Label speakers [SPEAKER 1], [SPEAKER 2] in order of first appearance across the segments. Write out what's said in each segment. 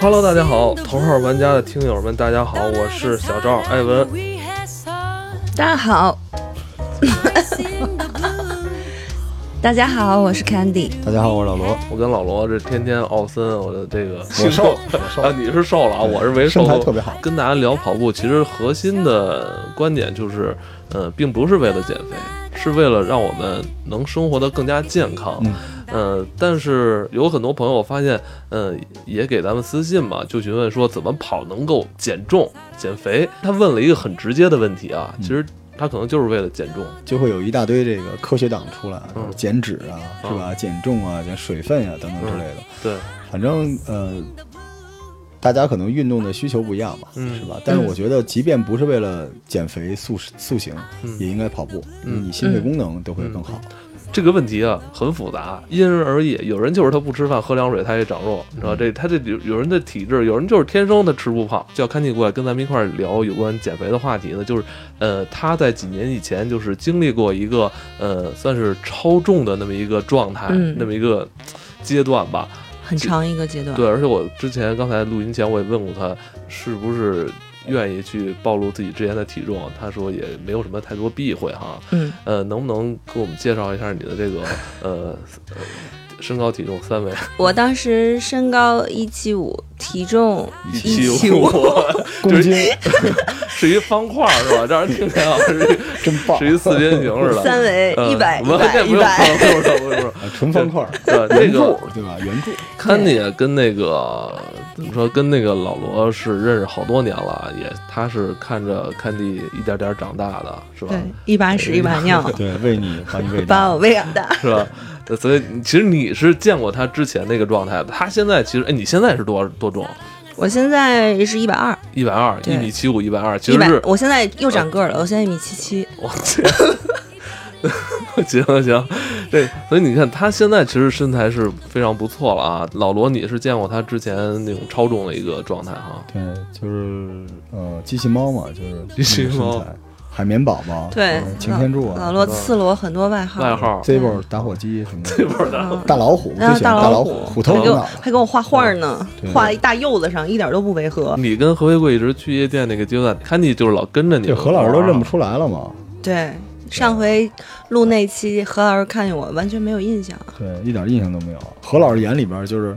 [SPEAKER 1] Hello，大家好，头号玩家的听友们，大家好，哦我是小赵艾文。
[SPEAKER 2] 大家 好，大家好，我是 Candy。
[SPEAKER 3] 大家好，我是老罗。
[SPEAKER 1] 我跟老罗这天天奥森，我的这 个
[SPEAKER 3] 我瘦，
[SPEAKER 1] 啊，你是瘦了啊，我是没瘦，
[SPEAKER 3] 身材特别好
[SPEAKER 1] 跟大家聊跑步，其实核心的观点就是，呃，并不是为了减肥，是为了让我们能生活得更加健康。
[SPEAKER 3] 嗯
[SPEAKER 1] 呃，但是有很多朋友发现，呃，也给咱们私信嘛，就询问说怎么跑能够减重、减肥。他问了一个很直接的问题啊，
[SPEAKER 3] 嗯
[SPEAKER 1] 其实他可能就是为了减重。
[SPEAKER 2] 哎
[SPEAKER 3] 就会有一大堆这个科学党出来，
[SPEAKER 1] 嗯
[SPEAKER 3] 就是减脂啊，是吧？减重啊，减水分啊，等等
[SPEAKER 1] 嗯
[SPEAKER 3] 之类的。
[SPEAKER 1] 对，
[SPEAKER 3] 反正呃，大家可能运动的需求不一样吧，
[SPEAKER 1] 嗯
[SPEAKER 3] 是吧？但是我觉得，即便不是为了减肥塑塑形，
[SPEAKER 1] 嗯
[SPEAKER 3] 也应该跑步，
[SPEAKER 1] 嗯
[SPEAKER 3] 你心肺功能都会更好。
[SPEAKER 1] 这个问题啊很复杂，因人而异。有人就是他不吃饭喝凉水，他也长肉，你知道这他这有有人的体质，有人就是天生他吃不胖。叫看进过来跟咱们一块儿聊有关减肥的话题呢，就是呃他在几年以前就是呃经历过一个呃算是超重的那么一个状态，
[SPEAKER 2] 嗯
[SPEAKER 1] 那么一个阶段吧。
[SPEAKER 2] 很长一个阶段，
[SPEAKER 1] 对，而且我之前刚才录音前我也问过他是不是愿意去暴露自己之前的体重，他说也没有什么太多避讳哈。
[SPEAKER 2] 嗯，
[SPEAKER 1] 呃，能不能给我们介绍一下你的这个呃呃身高体重三围？
[SPEAKER 2] 我当时身高一七五，体重
[SPEAKER 1] 七
[SPEAKER 2] 五，
[SPEAKER 3] 公斤
[SPEAKER 1] 是一方块儿是吧？让人听起来好像是 一
[SPEAKER 3] 真棒，啊
[SPEAKER 1] 是一四边形似的。
[SPEAKER 2] 三围
[SPEAKER 1] 呃
[SPEAKER 2] 一百
[SPEAKER 1] 不
[SPEAKER 2] 一百
[SPEAKER 1] 这不
[SPEAKER 2] 一
[SPEAKER 1] 用
[SPEAKER 2] 百，
[SPEAKER 1] 不用不用不 用不用。
[SPEAKER 3] 呃纯方 块儿，
[SPEAKER 1] 呃，这
[SPEAKER 3] 圆柱
[SPEAKER 1] 个
[SPEAKER 3] 对吧？圆 柱，
[SPEAKER 1] 看你跟那个怎么说，跟那个老罗是认识好多年了，也他是看着看弟一点点长大的，是吧？
[SPEAKER 2] 对，一把屎一把尿，
[SPEAKER 3] 对，为你把你 喂
[SPEAKER 2] 把我
[SPEAKER 3] 大。
[SPEAKER 2] 喂养大。
[SPEAKER 1] 是吧？呃所以其实你是见过他之前那个状态的，他现在其实，哎，你现在是多多重？
[SPEAKER 2] 我现在是一百二，
[SPEAKER 1] 一百二，一
[SPEAKER 2] 对
[SPEAKER 1] 米七五，一百二，其
[SPEAKER 2] 一
[SPEAKER 1] 实
[SPEAKER 2] 百
[SPEAKER 1] 是，
[SPEAKER 2] 我现在又长个儿了，我现在一米七七。
[SPEAKER 1] 我去， 行行，对，所以你看他现在其实身材是非常不错了啊。老罗，你是见过他之前那种超重的一个状态哈？
[SPEAKER 3] 对，就是呃，机器猫嘛，就是
[SPEAKER 1] 机器猫
[SPEAKER 3] 那个身材，海绵宝宝，
[SPEAKER 2] 对
[SPEAKER 3] 呃，擎天柱啊，
[SPEAKER 2] 老罗赐了我很多外号，
[SPEAKER 1] 外号
[SPEAKER 3] Zebra 打火机什么的，
[SPEAKER 1] 不是的，
[SPEAKER 2] 嗯
[SPEAKER 3] 大老虎最
[SPEAKER 2] 然后
[SPEAKER 3] 喜欢
[SPEAKER 2] 大
[SPEAKER 3] 老
[SPEAKER 2] 老啊
[SPEAKER 3] 虎，虎头
[SPEAKER 2] 还
[SPEAKER 3] 虎
[SPEAKER 2] 给我
[SPEAKER 3] 脑。
[SPEAKER 2] 还给我画画呢
[SPEAKER 3] 对，
[SPEAKER 2] 画了一大柚子上，一点都不违和。
[SPEAKER 1] 你跟何为贵一直去夜店那个阶段，看你就是老跟着你
[SPEAKER 3] 这
[SPEAKER 1] 们玩啊。
[SPEAKER 3] 何老师都认不出来了嘛？
[SPEAKER 2] 对，上回录那期何老师看见我完全没有印象，
[SPEAKER 3] 对，一点印象都没有。何老师眼里边就是，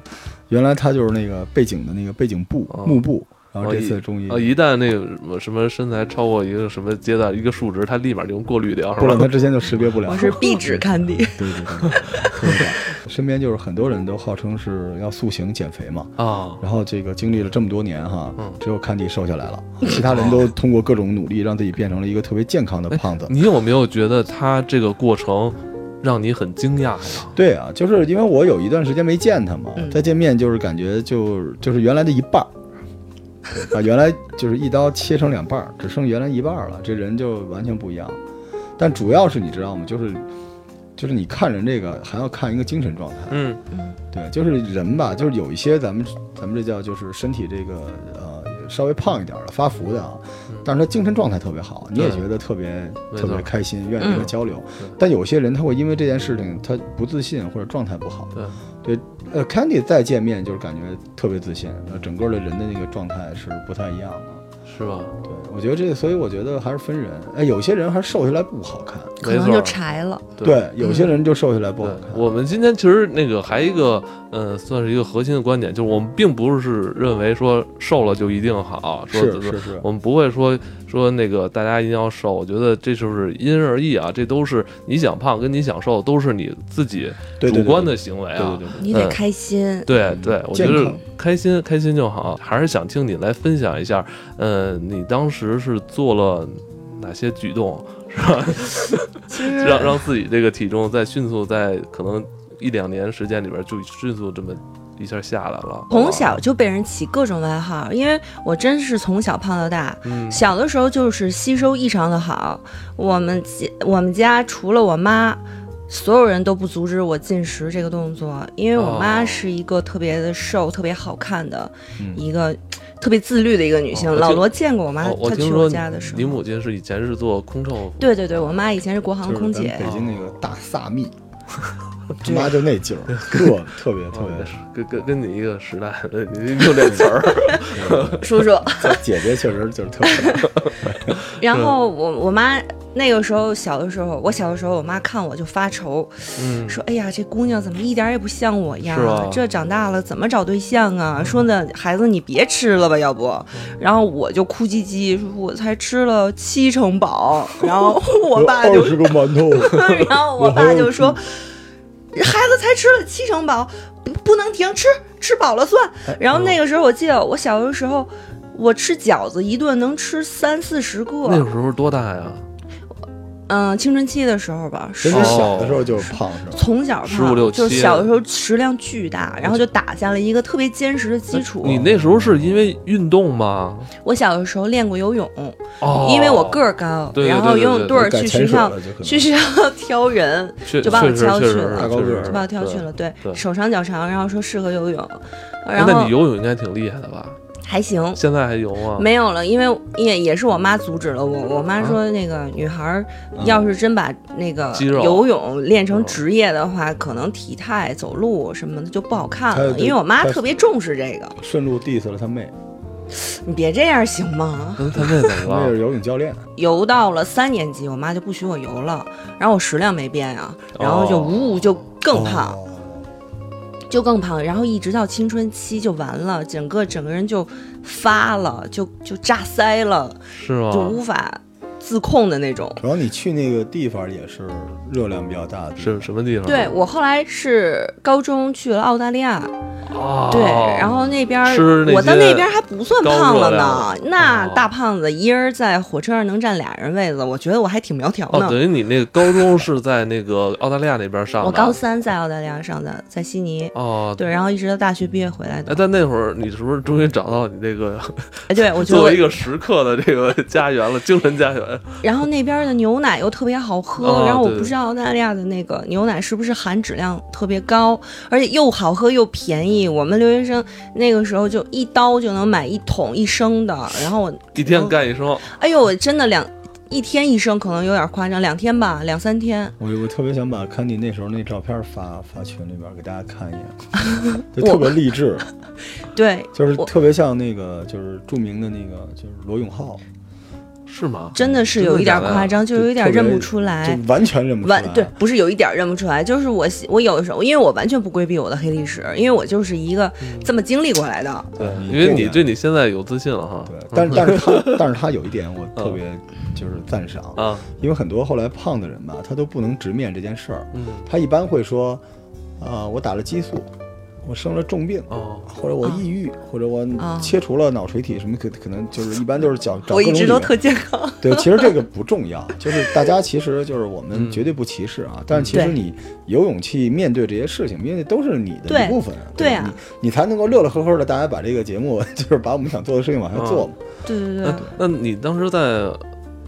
[SPEAKER 3] 原来他就是那个背景的那个背景布
[SPEAKER 1] 哦
[SPEAKER 3] 幕布，然后
[SPEAKER 1] 哦。
[SPEAKER 3] 这
[SPEAKER 1] 一
[SPEAKER 3] 次终于
[SPEAKER 1] 哦，一旦那个什么什么身材超过一个什么阶段，一个数值，它立马就能过滤掉，是
[SPEAKER 3] 不然
[SPEAKER 1] 吧
[SPEAKER 3] 他？之前就识别不了。
[SPEAKER 2] 我是壁纸看的。
[SPEAKER 3] 对对对，特别棒身边就是很多人都号称是要塑形减肥嘛，
[SPEAKER 1] 啊，
[SPEAKER 3] 然后这个经历了这么多年哈
[SPEAKER 1] 嗯，
[SPEAKER 3] 只有看蒂瘦下来了，其他人都通过各种努力让自己变成了一个特别健康
[SPEAKER 2] 哎
[SPEAKER 3] 的胖子。
[SPEAKER 1] 你有没有觉得他这个过程让你很惊讶呀？
[SPEAKER 3] 对啊，就是因为我有一段时间没见他嘛，
[SPEAKER 2] 嗯
[SPEAKER 3] 再见面就是感觉就就是原来的一半儿，把原来就是一刀切成两半儿，只剩原来一半儿了，这人就完全不一样。但主要是你知道吗？就是就是你看人这个还要看一个精神状态，
[SPEAKER 1] 嗯，
[SPEAKER 3] 对，就是人吧，就是有一些咱们咱们这叫就是身体这个呃稍微胖一点儿的发福的啊
[SPEAKER 1] 嗯，
[SPEAKER 3] 但是他精神状态特别好，你也
[SPEAKER 1] 对
[SPEAKER 3] 觉得特别
[SPEAKER 1] 没
[SPEAKER 3] 特别
[SPEAKER 1] 错
[SPEAKER 3] 开心，愿意跟他
[SPEAKER 2] 嗯
[SPEAKER 3] 交流
[SPEAKER 1] 对。
[SPEAKER 3] 但有些人他会因为这件事情他不自信或者状态不好。
[SPEAKER 1] 对。
[SPEAKER 3] 呃，Candy 再见面就是感觉特别自信，呃，整个的人的那个状态是不太一样的。
[SPEAKER 1] 是吧？
[SPEAKER 3] 对，我觉得这，所以我觉得还是分人。哎，有些人还是瘦下来不好看，
[SPEAKER 2] 可
[SPEAKER 1] 没
[SPEAKER 2] 能
[SPEAKER 1] 错
[SPEAKER 2] 就
[SPEAKER 1] 儿。啊
[SPEAKER 2] 柴了。
[SPEAKER 3] 对，有些人就瘦下来不好
[SPEAKER 1] 对
[SPEAKER 3] 看。，
[SPEAKER 1] 我们今天其实那个还一个，呃，算是一个核心的观点，就是我们并不是认为说瘦了就一定好，说
[SPEAKER 3] 是是是，
[SPEAKER 1] 我们不会说说那个大家一定要瘦，我觉得这就是因人而异啊，这都是你想胖跟你想瘦都是你自己
[SPEAKER 3] 对
[SPEAKER 1] 主
[SPEAKER 3] 对对
[SPEAKER 1] 观的行为
[SPEAKER 3] 对
[SPEAKER 1] 啊。
[SPEAKER 3] 对对对。
[SPEAKER 2] 你得
[SPEAKER 1] 嗯
[SPEAKER 2] 开心，
[SPEAKER 3] 嗯
[SPEAKER 1] 对对，我觉
[SPEAKER 3] 健
[SPEAKER 1] 得
[SPEAKER 3] 康
[SPEAKER 1] 开心开心就好。还是想听你来分享一下，呃，你当时是做了哪些举动，是吧？
[SPEAKER 2] 其实
[SPEAKER 1] 让让自己这个体重在迅速在可能一两年时间里边就迅速这么一下下来了。
[SPEAKER 2] 从小就被人起各种外号，因为我真是从小胖到大。
[SPEAKER 1] 嗯，
[SPEAKER 2] 小的时候就是吸收异常的好，我们家我们家除了我妈，所有人都不阻止我进食这个动作，因为我妈
[SPEAKER 1] 哦
[SPEAKER 2] 是一个特别的瘦、特别好看的
[SPEAKER 3] 嗯
[SPEAKER 2] 一个、特别自律的一个女性。
[SPEAKER 1] 哦我
[SPEAKER 2] 老
[SPEAKER 1] 听
[SPEAKER 2] 罗见过我妈，
[SPEAKER 1] 哦我
[SPEAKER 2] 她
[SPEAKER 1] 听
[SPEAKER 2] 去
[SPEAKER 1] 说
[SPEAKER 2] 我家的时候，
[SPEAKER 1] 你母亲是以前是做空乘，
[SPEAKER 2] 对对对，我妈以前是国航
[SPEAKER 3] 就是
[SPEAKER 2] 空
[SPEAKER 3] 咱们
[SPEAKER 2] 姐，哦
[SPEAKER 3] 北京那个大萨蜜，他妈就那劲儿，特特别特
[SPEAKER 2] 哦
[SPEAKER 3] 别，
[SPEAKER 1] 跟跟跟你一个时代的，你就这词 儿，
[SPEAKER 2] 叔 叔。
[SPEAKER 3] 姐姐确实就是 特别
[SPEAKER 2] 然后
[SPEAKER 3] 嗯
[SPEAKER 2] 我我妈那个时候小的时候，我小的时候，我妈看我就发愁，
[SPEAKER 1] 嗯，
[SPEAKER 2] 说：“哎呀，这姑娘怎么一点儿也不像我呀
[SPEAKER 1] 是
[SPEAKER 3] 啊
[SPEAKER 1] 吧？
[SPEAKER 2] 这长大了怎么找对象
[SPEAKER 3] 嗯
[SPEAKER 2] 啊？”说呢，孩子你别吃了吧，要不。然后我就哭唧唧说：“我才吃了七成饱。”然后我爸就
[SPEAKER 3] 二，十个馒 头，
[SPEAKER 2] 然后我爸就说：“孩子才吃了七成饱，不不能停，吃吃饱了算。”
[SPEAKER 1] 哎
[SPEAKER 2] 然后那个时候，我记得我小的时候。我吃饺子一顿能吃三四十 个，
[SPEAKER 1] 那时候多大呀？
[SPEAKER 2] 嗯，青春期的时候吧，是
[SPEAKER 3] 其实小的时
[SPEAKER 1] 哦
[SPEAKER 3] 候就是胖是吧？
[SPEAKER 2] 从小胖
[SPEAKER 1] 15 16
[SPEAKER 2] 就
[SPEAKER 1] 17
[SPEAKER 2] 小的时候食量巨大，然后就打下了一个特别坚实的基础。
[SPEAKER 1] 你那时候是因为运动吗？
[SPEAKER 2] 我小的时候练过游泳，
[SPEAKER 1] 哦，
[SPEAKER 2] 因为我个儿高，
[SPEAKER 1] 对对
[SPEAKER 2] 然后
[SPEAKER 1] 对对
[SPEAKER 2] 游泳队儿
[SPEAKER 3] 改
[SPEAKER 2] 去
[SPEAKER 3] 潜
[SPEAKER 2] 学
[SPEAKER 3] 水
[SPEAKER 2] 校
[SPEAKER 3] 了就可能
[SPEAKER 2] 去学校 挑人，
[SPEAKER 1] 哦确
[SPEAKER 2] 就把我
[SPEAKER 1] 确实
[SPEAKER 2] 挑
[SPEAKER 1] 确
[SPEAKER 2] 去
[SPEAKER 1] 实是
[SPEAKER 2] 了
[SPEAKER 3] 大高个儿
[SPEAKER 1] 确
[SPEAKER 2] 就
[SPEAKER 1] 实
[SPEAKER 2] 把我挑去
[SPEAKER 1] 对
[SPEAKER 2] 了。对，
[SPEAKER 1] 对
[SPEAKER 2] 手长脚长，然后说适合游泳，
[SPEAKER 1] 哎
[SPEAKER 2] 然
[SPEAKER 1] 那
[SPEAKER 2] 后
[SPEAKER 1] 你游泳应该挺厉害的吧？
[SPEAKER 2] 还行。
[SPEAKER 1] 现在还游吗？
[SPEAKER 2] 没有了，因为也也是我妈阻止了我。我妈说，那个女孩儿要是真把那个
[SPEAKER 1] 肌肉
[SPEAKER 2] 游泳练成职业的话，可能体态、走路什么的就不好看了。
[SPEAKER 3] 她
[SPEAKER 2] 因为我妈
[SPEAKER 3] 她
[SPEAKER 2] 特别重视这个，
[SPEAKER 3] 顺路 diss 了他妹，
[SPEAKER 2] 你别这样行吗？
[SPEAKER 1] 那他 那怎么
[SPEAKER 3] 那是
[SPEAKER 1] 了？
[SPEAKER 3] 游泳教练，
[SPEAKER 2] 游到了三年级，我妈就不许我游了，然后我食量没变啊，然后就
[SPEAKER 1] 哦
[SPEAKER 2] 呜呜就更胖，
[SPEAKER 3] 哦，
[SPEAKER 2] 就更胖，然后一直到青春期就完了，整个整个人就发了，就就炸腮了，
[SPEAKER 1] 是
[SPEAKER 2] 就
[SPEAKER 1] 吗？
[SPEAKER 2] 无法自控的那种。
[SPEAKER 3] 然后你去那个地方也是热量比较大的，
[SPEAKER 1] 是什么地方？
[SPEAKER 2] 对我后来是高中去了澳大利亚，
[SPEAKER 1] 哦，
[SPEAKER 2] 对，然后那边儿
[SPEAKER 1] 吃那些
[SPEAKER 2] 我到那边还不算胖了
[SPEAKER 1] 高
[SPEAKER 2] 呢，那
[SPEAKER 1] 哦
[SPEAKER 2] 大胖子一人在火车上能占俩人位子，我觉得我还挺苗条
[SPEAKER 1] 哦，
[SPEAKER 2] 呢。
[SPEAKER 1] 等于你那个高中是在那 个澳大利亚那边上的。
[SPEAKER 2] 我高三在澳大利亚上的，在悉尼，
[SPEAKER 1] 啊哦，
[SPEAKER 2] 对，然后一直到大学毕业回来的
[SPEAKER 1] 哎，。但那会儿你是不是终于找到你这个
[SPEAKER 2] 哎，对我觉
[SPEAKER 1] 作为一
[SPEAKER 2] 得，
[SPEAKER 1] 个食客的这个家园 了，精神家园？
[SPEAKER 2] 然后那边的牛奶又特别好喝，
[SPEAKER 1] 哦
[SPEAKER 2] 然后我
[SPEAKER 1] 对
[SPEAKER 2] 不知道澳大利亚的那个牛奶是不是含脂量特别高，而且又好喝又便宜。我们留学生那个时候就一刀就能买一桶一升的，然后我
[SPEAKER 1] 一天干一升，
[SPEAKER 2] 哎呦，我真的两一天一升可能有点夸张，两天吧，两三天。
[SPEAKER 3] 我我特别想把康妮那时候那照片发发群里边给大家看一眼， 就特别励志，
[SPEAKER 2] 对，
[SPEAKER 3] 就是
[SPEAKER 2] 我
[SPEAKER 3] 特别像那个就是著名的那个就是罗永浩，
[SPEAKER 1] 是吗？
[SPEAKER 2] 真的是有一点
[SPEAKER 1] 真的假的
[SPEAKER 2] 夸张，就有一点认不出来。
[SPEAKER 3] 就完全认不出来
[SPEAKER 2] 哎完，对，不是有一点认不出来，就是我喜我有的时候，因为我完全不规避我的黑历史，因为我就是一个
[SPEAKER 3] 嗯
[SPEAKER 2] 这么经历过来的。
[SPEAKER 1] 对，
[SPEAKER 3] 你
[SPEAKER 1] 因为
[SPEAKER 3] 这
[SPEAKER 1] 你
[SPEAKER 3] 个
[SPEAKER 1] 对你现在有自信了哈。
[SPEAKER 3] 嗯对，但是但 是他但是他有一点我特别就是赞赏，
[SPEAKER 1] 嗯啊，
[SPEAKER 3] 因为很多后来胖的人吧，他都不能直面这件事儿，
[SPEAKER 1] 嗯，
[SPEAKER 3] 他一般会说，啊、我打了激素，我生了重病。
[SPEAKER 1] 哦，
[SPEAKER 3] 或者我抑郁，或者我
[SPEAKER 2] 啊
[SPEAKER 3] 切除了脑垂体什么，可可能就是一般都是 找
[SPEAKER 2] 我
[SPEAKER 3] 找各
[SPEAKER 2] 一
[SPEAKER 3] 种
[SPEAKER 2] 直
[SPEAKER 3] 理
[SPEAKER 2] 都
[SPEAKER 3] 由。
[SPEAKER 2] 特健康，
[SPEAKER 3] 对，其实这个不重要，就是大家其实就是我
[SPEAKER 1] 嗯
[SPEAKER 3] 们绝对不歧视啊，但是其
[SPEAKER 2] 对
[SPEAKER 3] 实你有勇气面对这些事情，因为都是你的
[SPEAKER 2] 对
[SPEAKER 3] 一部分，
[SPEAKER 2] 对
[SPEAKER 3] 吧
[SPEAKER 2] 啊
[SPEAKER 3] 你你才能够乐乐呵呵的，大家把这个节目 就是把我们想做的事情往下做嘛。
[SPEAKER 2] 对对啊对
[SPEAKER 1] 那，那你当时在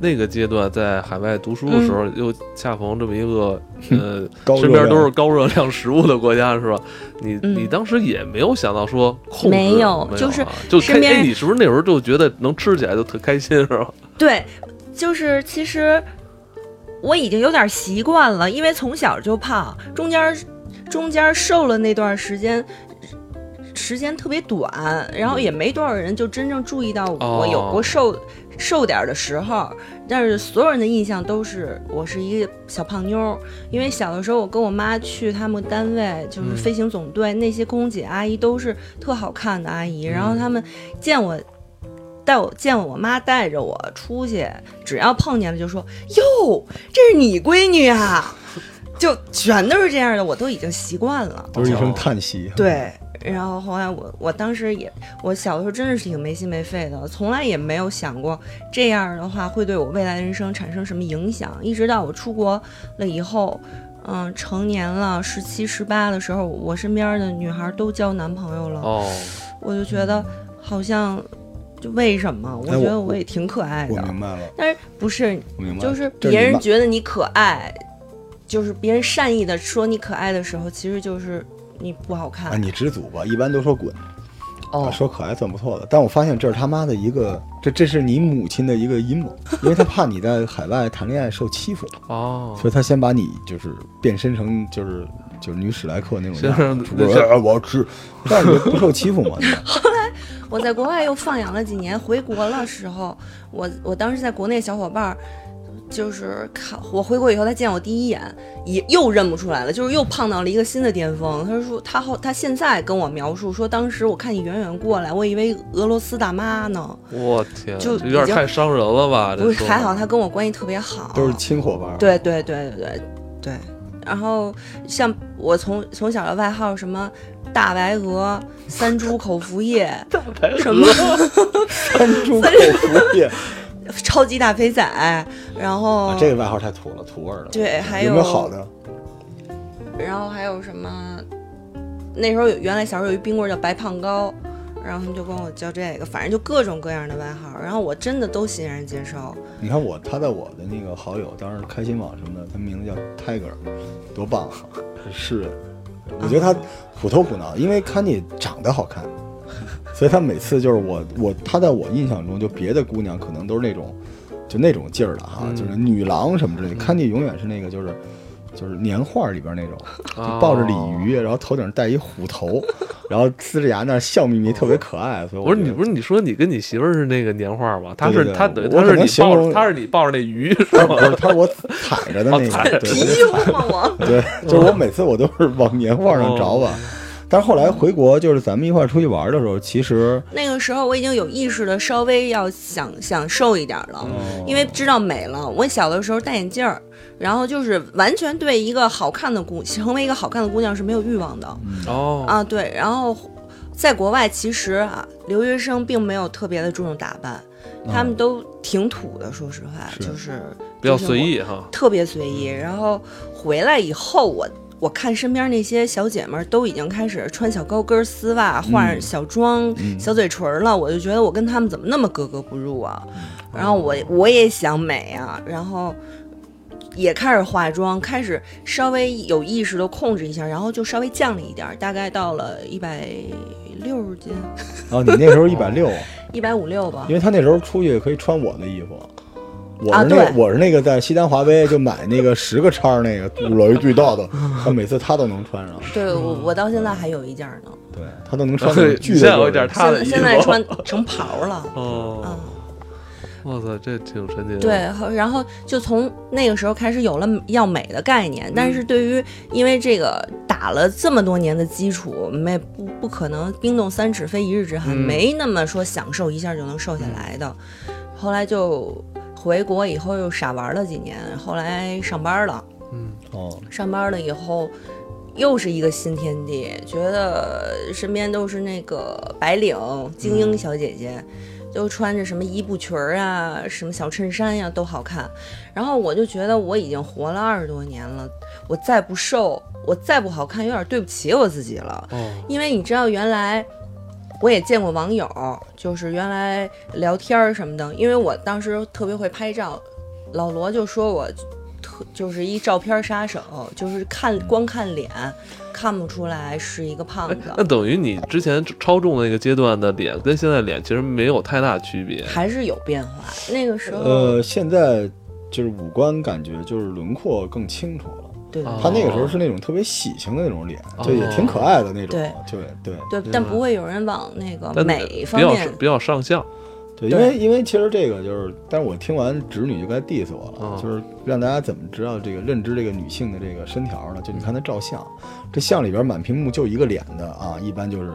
[SPEAKER 1] 那个阶段在海外读书的时
[SPEAKER 2] 嗯
[SPEAKER 1] 候，又恰逢这么一 个呃，
[SPEAKER 3] 高
[SPEAKER 1] 身
[SPEAKER 3] 热
[SPEAKER 1] 边
[SPEAKER 3] 量
[SPEAKER 1] 都是高热量食物的国家，是吧？你
[SPEAKER 2] 嗯
[SPEAKER 1] 你当时也没有想到说控制，
[SPEAKER 2] 没有
[SPEAKER 1] 有啊，
[SPEAKER 2] 就是
[SPEAKER 1] 就
[SPEAKER 2] 身
[SPEAKER 1] 开
[SPEAKER 2] 边
[SPEAKER 1] 哎，你是不是那时候就觉得能吃起来就特开心，是吧？
[SPEAKER 2] 对，就是其实我已经有点习惯了，因为从小就胖，中间儿中间儿瘦了那段时间。时间特别短，然后也没多少人就真正注意到我
[SPEAKER 1] 嗯哦
[SPEAKER 2] 有过瘦、瘦点儿的时候，但是所有人的印象都是我是一个小胖妞儿，因为小的时候我跟我妈去他们单位，就是
[SPEAKER 1] 嗯
[SPEAKER 2] 飞行总队、那些空姐阿姨都是特好看的阿姨，然后他们见我带我见我妈带着我出去，只要碰见了就说：“哟，这是你闺女啊！” 就全都是这样的，我都已经习惯了。
[SPEAKER 3] 都是一声叹息。，啊
[SPEAKER 2] 对，然后后来我我当时也，我小的时候真的是挺没心没肺的，从来也没有想过这样的话会对我未来人生产生什么影响。一直到我出国了以后，嗯，成年了，十七、十八的时候，我身边的女孩都交男朋友了，
[SPEAKER 1] 哦，
[SPEAKER 2] 我就觉得好像就为什么？我
[SPEAKER 3] 哎
[SPEAKER 2] 觉得
[SPEAKER 3] 我
[SPEAKER 2] 我也挺可爱
[SPEAKER 3] 我
[SPEAKER 2] 的，
[SPEAKER 3] 明白了，
[SPEAKER 2] 但是不是
[SPEAKER 3] 我明白了，
[SPEAKER 2] 就是
[SPEAKER 3] 这
[SPEAKER 2] 别
[SPEAKER 3] 你
[SPEAKER 2] 人
[SPEAKER 3] 妈
[SPEAKER 2] 觉得你可爱，就是别人善意的说你可爱的时候，其实就是你不好看
[SPEAKER 3] 啊，你知足吧，一般都说滚，啊
[SPEAKER 2] 哦。
[SPEAKER 3] 说可爱算不错的。但我发现这是他妈的一个，这这是你母亲的一个阴谋，因为她怕你在海外谈恋爱受欺负，
[SPEAKER 1] 哦，
[SPEAKER 3] 所以她先把你就是变身成就是就是女史莱克那种
[SPEAKER 1] 先
[SPEAKER 3] 样
[SPEAKER 1] 生
[SPEAKER 3] 子，出国
[SPEAKER 1] 那先
[SPEAKER 3] 哎我要吃，但是就不受欺负嘛。对吧
[SPEAKER 2] 我在国外又放养了几年，回国了时候，我我当时在国内小伙伴儿，就是看我回国以后，他见我第一眼也又认不出来了，就是又胖到了一个新的巅峰。他说他后他现在跟我描述说，当时我看你远远过来，我以为俄罗斯大妈呢，
[SPEAKER 1] 我天，
[SPEAKER 2] 就
[SPEAKER 1] 这有点
[SPEAKER 2] 已经
[SPEAKER 1] 太伤人了吧？
[SPEAKER 2] 不
[SPEAKER 1] 这
[SPEAKER 2] 是
[SPEAKER 1] 说
[SPEAKER 2] 还好他跟我关系特别好，
[SPEAKER 3] 都是亲伙伴儿。
[SPEAKER 2] 对对对对对对。然后像我从从小的外号什么大白鹅、三猪口服 液、什么
[SPEAKER 3] 三猪口 服液，
[SPEAKER 2] 超级大肥仔，然后、
[SPEAKER 3] 啊这个外号太土了，土味儿了。
[SPEAKER 2] 哦对还
[SPEAKER 3] 有
[SPEAKER 2] 有
[SPEAKER 3] 没有好的？
[SPEAKER 2] 然后还有什么？那时候有原来小时候有一冰棍儿叫白胖高，然后他们就管我叫这个，反正就各种各样的外号，然后我真的都欣然接 受。
[SPEAKER 3] 你看我，他在我的那个好友，当时开心网什么的，他名字叫 Tiger，多棒啊！是人，我觉得他虎头虎脑，因为 Candy 长得好看，所以他每次就是我我他在我印象中，就别的姑娘可能都是那种就那种劲儿了哈，
[SPEAKER 1] 嗯
[SPEAKER 3] 就是女郎什么之类的。Candy 永远是那个就是就是年画里边那种，
[SPEAKER 1] 哦
[SPEAKER 3] 就 抱着鲤鱼，然后头顶上戴一虎头，然后呲着牙那儿笑眯眯，特别可爱。所以我
[SPEAKER 1] 不是
[SPEAKER 3] 觉
[SPEAKER 1] 你，
[SPEAKER 3] 得
[SPEAKER 1] 不是你说你跟你媳妇儿是那个年画吗？她
[SPEAKER 3] 对
[SPEAKER 1] 是
[SPEAKER 3] 对
[SPEAKER 1] 她
[SPEAKER 3] 对
[SPEAKER 1] 等于她
[SPEAKER 3] 我可
[SPEAKER 1] 是
[SPEAKER 3] 能
[SPEAKER 1] 你
[SPEAKER 3] 形
[SPEAKER 1] 抱
[SPEAKER 3] 容
[SPEAKER 1] 着她是你抱着那鱼 是
[SPEAKER 3] 他
[SPEAKER 1] 吗
[SPEAKER 3] 不？是他我踩着的那
[SPEAKER 1] 哦踩
[SPEAKER 3] 个，
[SPEAKER 1] 着
[SPEAKER 3] 对
[SPEAKER 2] 皮
[SPEAKER 3] 我就
[SPEAKER 2] 用吗我？
[SPEAKER 3] 对，就是我每次我都是往年画上找
[SPEAKER 1] 哦
[SPEAKER 3] 吧。但是后来回国，就是咱们一块儿出去玩的时候，其实
[SPEAKER 2] 那个时候我已经有意识的稍微要享享受一点儿
[SPEAKER 1] 哦
[SPEAKER 2] 了，因为知道美了。我小的时候戴眼镜儿，然后就是完全对一个好看的姑成为一个好看的姑娘是没有欲望的。
[SPEAKER 1] 哦，
[SPEAKER 2] 啊，对，然后在国外其实啊，留学生并没有特别的注重打扮，他们都挺土的，说实话，
[SPEAKER 3] 是
[SPEAKER 2] 就是
[SPEAKER 1] 嗯比较
[SPEAKER 2] 就是
[SPEAKER 1] 随
[SPEAKER 2] 我
[SPEAKER 1] 意哈。
[SPEAKER 2] 特别随意。然后回来以后，我我看身边那些小姐们儿都已经开始穿小高跟儿丝袜、化
[SPEAKER 3] 嗯
[SPEAKER 2] 小妆、
[SPEAKER 3] 嗯
[SPEAKER 2] 小嘴唇儿了，我就觉得我跟她们怎么那么格格不入
[SPEAKER 3] 嗯
[SPEAKER 2] 啊？然后我我也想美啊，然后。也开始化妆，开始稍微有意识的控制一下，然后就稍微降了一点儿，大概到了一百六十斤，
[SPEAKER 3] 啊，你那时候一百六，
[SPEAKER 2] 一百五六吧
[SPEAKER 3] 因。为他那时候出去可以穿我的衣服。我
[SPEAKER 2] 啊
[SPEAKER 3] 是那个、
[SPEAKER 2] 对
[SPEAKER 3] 我是那个在西单华威就买那个十个叉儿那个老一最 大的，他每次他都能穿上，
[SPEAKER 2] 对我，我到现在还有一件儿呢，
[SPEAKER 3] 对他都 能穿那
[SPEAKER 1] 对，
[SPEAKER 3] 种巨
[SPEAKER 1] 现在
[SPEAKER 3] 的。
[SPEAKER 1] 有一点她
[SPEAKER 2] 现
[SPEAKER 1] 的
[SPEAKER 2] 在
[SPEAKER 1] 衣
[SPEAKER 2] 现在
[SPEAKER 1] 服。
[SPEAKER 2] 穿成袍儿 了。
[SPEAKER 1] 哦
[SPEAKER 2] 嗯，，
[SPEAKER 1] 我操，这挺神奇的。
[SPEAKER 2] 对，后然后就从那个时候开始有了要美的概念，但是对于因为这个打了这么多年的基础，没不不可能冰冻三尺非一日之寒，
[SPEAKER 1] 嗯
[SPEAKER 2] 没那么说享受一下就能瘦下来的。后来就回国以后又傻玩了几年，后来上班了，
[SPEAKER 1] 嗯，
[SPEAKER 3] 哦，
[SPEAKER 2] 上班了以后。又是一个新天地，觉得身边都是那个白领精英小姐姐，都穿着什么伊布裙儿啊，什么小衬衫呀、都好看。然后我就觉得我已经活了二十多年了，我再不瘦，我再不好看，有点对不起我自己了。
[SPEAKER 1] 哦，
[SPEAKER 2] 因为你知道，原来我也见过网友，就是原来聊天儿什么的，因为我当时特别会拍照，老罗就说我特就是一照片杀手，就是看光看脸看不出来是一个胖
[SPEAKER 1] 哎
[SPEAKER 2] 子，，
[SPEAKER 1] 那等于你之前超重的那个阶段的脸，跟现在脸其实没有太大区别。
[SPEAKER 2] 还是有变化。那个时候，
[SPEAKER 3] 呃，现在就是五官感觉就是轮廓更清楚了。
[SPEAKER 2] 对对
[SPEAKER 1] 哦
[SPEAKER 3] 他那个时候是那种特别喜庆的那种脸，就也
[SPEAKER 1] 哦
[SPEAKER 3] 挺可爱的那种
[SPEAKER 2] 对，
[SPEAKER 3] 就也对
[SPEAKER 2] 对，
[SPEAKER 1] 明
[SPEAKER 2] 但
[SPEAKER 1] 白
[SPEAKER 2] 不会有人往那个
[SPEAKER 1] 但
[SPEAKER 2] 美
[SPEAKER 1] 比
[SPEAKER 2] 呃方
[SPEAKER 1] 较
[SPEAKER 2] 面。
[SPEAKER 1] 比较上相，
[SPEAKER 3] 对，因
[SPEAKER 2] 对
[SPEAKER 3] 为因为其实这个就是，但是我听完侄女就该 diss 我了，
[SPEAKER 1] 嗯
[SPEAKER 3] 就是让大家怎么知道这个认知这个女性的这个身条
[SPEAKER 2] 嗯
[SPEAKER 3] 呢？就你看她照相，这相里边满屏幕就一个脸的啊，
[SPEAKER 2] 嗯
[SPEAKER 3] 一般就是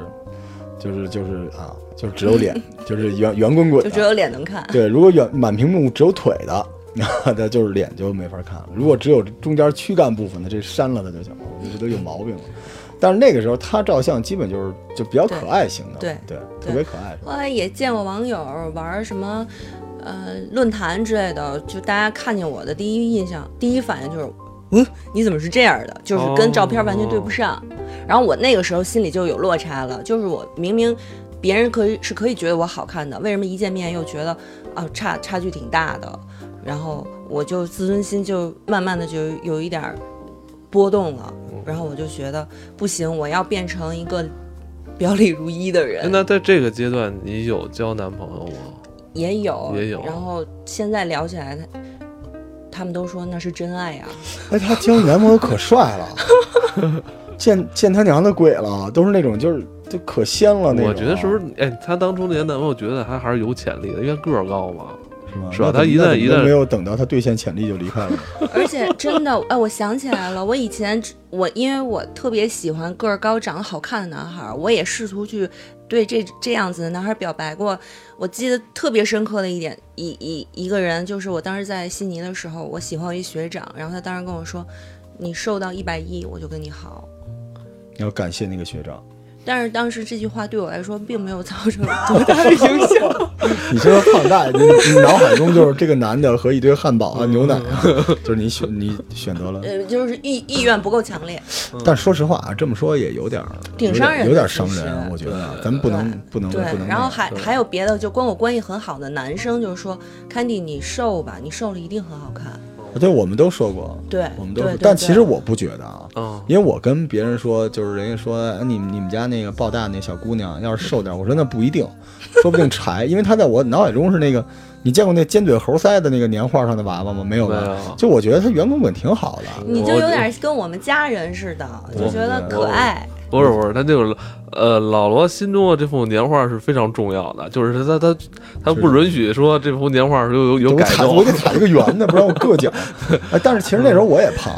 [SPEAKER 3] 就是就是啊，就是只有 脸，就是圆圆滚滚
[SPEAKER 2] 就
[SPEAKER 3] 的，
[SPEAKER 2] 只有脸能看，
[SPEAKER 3] 对，如果远满屏幕只有腿的， 那那就是脸就没法看
[SPEAKER 2] 嗯
[SPEAKER 3] 了。如果只有中间躯干部分的，这删了它就行了。我觉得这都有毛病了。但是那个时候他照相基本就是就比较可爱型的，
[SPEAKER 2] 对
[SPEAKER 3] 对，
[SPEAKER 2] 对
[SPEAKER 3] 特别可爱。
[SPEAKER 2] 后来也见过网友玩儿什么，呃，论坛之类的，就大家看见我的第一印象、第一反应就是，嗯，你怎么是这样的？就是跟照片完全对不上。然后我那个时候心里就有落差了，就是我明明别人可以是可以觉得我好看的，为什么一见面又觉得啊差差距挺大的？然后我就自尊心就慢慢的就有一点儿波动了，然后我就觉得不行，我要变成一个表里如一的人
[SPEAKER 1] 哎。那在这个阶段，你有交男朋友吗？
[SPEAKER 2] 也有，
[SPEAKER 1] 也有
[SPEAKER 2] 然后现在聊起来，他他们都说那是真爱呀、啊
[SPEAKER 3] 哎，他交男朋友可帅了，见见他娘的鬼了，都是那种就是就可仙了那种
[SPEAKER 1] 我
[SPEAKER 3] 啊。
[SPEAKER 1] 觉得是不是？哎，她当初那些男朋友觉得她还是有潜力的，因为个儿高嘛。
[SPEAKER 3] 是吧？
[SPEAKER 1] 是吧
[SPEAKER 3] 那
[SPEAKER 1] 他一
[SPEAKER 3] 怎么
[SPEAKER 1] 旦一
[SPEAKER 3] 那怎么
[SPEAKER 1] 旦
[SPEAKER 3] 没有等到他兑现潜力就离开了呢，
[SPEAKER 2] 而且真的，哎，我想起来了，我以前只我因为我特别喜欢个儿高、长得好看的男孩儿，我也试图去对这这样子的男孩儿表白过。我记得特别深刻的一点，一一一个人，就是我当时在悉尼的时候，我喜欢我一学长，然后他当时跟我说：“你瘦到一百一，我就跟你好。”
[SPEAKER 3] 你要感谢那个学长。
[SPEAKER 2] 但是当时这句话对我来说并没有造成多大的影响。
[SPEAKER 3] 你这个放大，你你脑海中就是这个男的和一堆汉堡啊、牛奶啊，
[SPEAKER 1] 嗯
[SPEAKER 3] 就是你选你选择了。
[SPEAKER 2] 呃，就是意意愿不够强烈。
[SPEAKER 3] 但说实话啊，这么说也有点儿
[SPEAKER 2] 挺伤人的
[SPEAKER 3] 有点儿伤
[SPEAKER 2] 其实
[SPEAKER 3] 人。我觉得啊咱们不能不能
[SPEAKER 2] 对
[SPEAKER 3] 不能，那
[SPEAKER 2] 然后
[SPEAKER 3] 样。
[SPEAKER 2] 还还有别的，就跟我关系很好的男生，就是说，Candy，你瘦吧，你瘦了一定很好看。
[SPEAKER 3] 对，我们都说过，
[SPEAKER 2] 对
[SPEAKER 3] 我们
[SPEAKER 2] 对
[SPEAKER 3] 都说
[SPEAKER 2] 对
[SPEAKER 3] 但
[SPEAKER 2] 对
[SPEAKER 3] 其实我不觉得啊，
[SPEAKER 1] 嗯，
[SPEAKER 3] 因为我跟别人说，就是人家说哎你你们家那个抱大那小姑娘要是瘦点儿，我说那不一定，说不定柴，因为她在我脑海中是那个，你见过那尖嘴猴腮的那个年画上的娃娃吗？没有
[SPEAKER 1] 没
[SPEAKER 3] 吧？
[SPEAKER 1] 有。
[SPEAKER 3] 就我觉得她圆滚滚挺好的，
[SPEAKER 2] 你就有点跟我们家人似的，就觉得可爱。
[SPEAKER 1] 不是不是，他就是，呃，老罗心中的这幅年画是非常重要的，就是他他他他不允许说这幅年画是有有有
[SPEAKER 3] 我
[SPEAKER 1] 改
[SPEAKER 3] 踩，我
[SPEAKER 1] 动
[SPEAKER 3] 得，踩一个圆的，不然我硌脚。哎，但是其实那时候我也胖，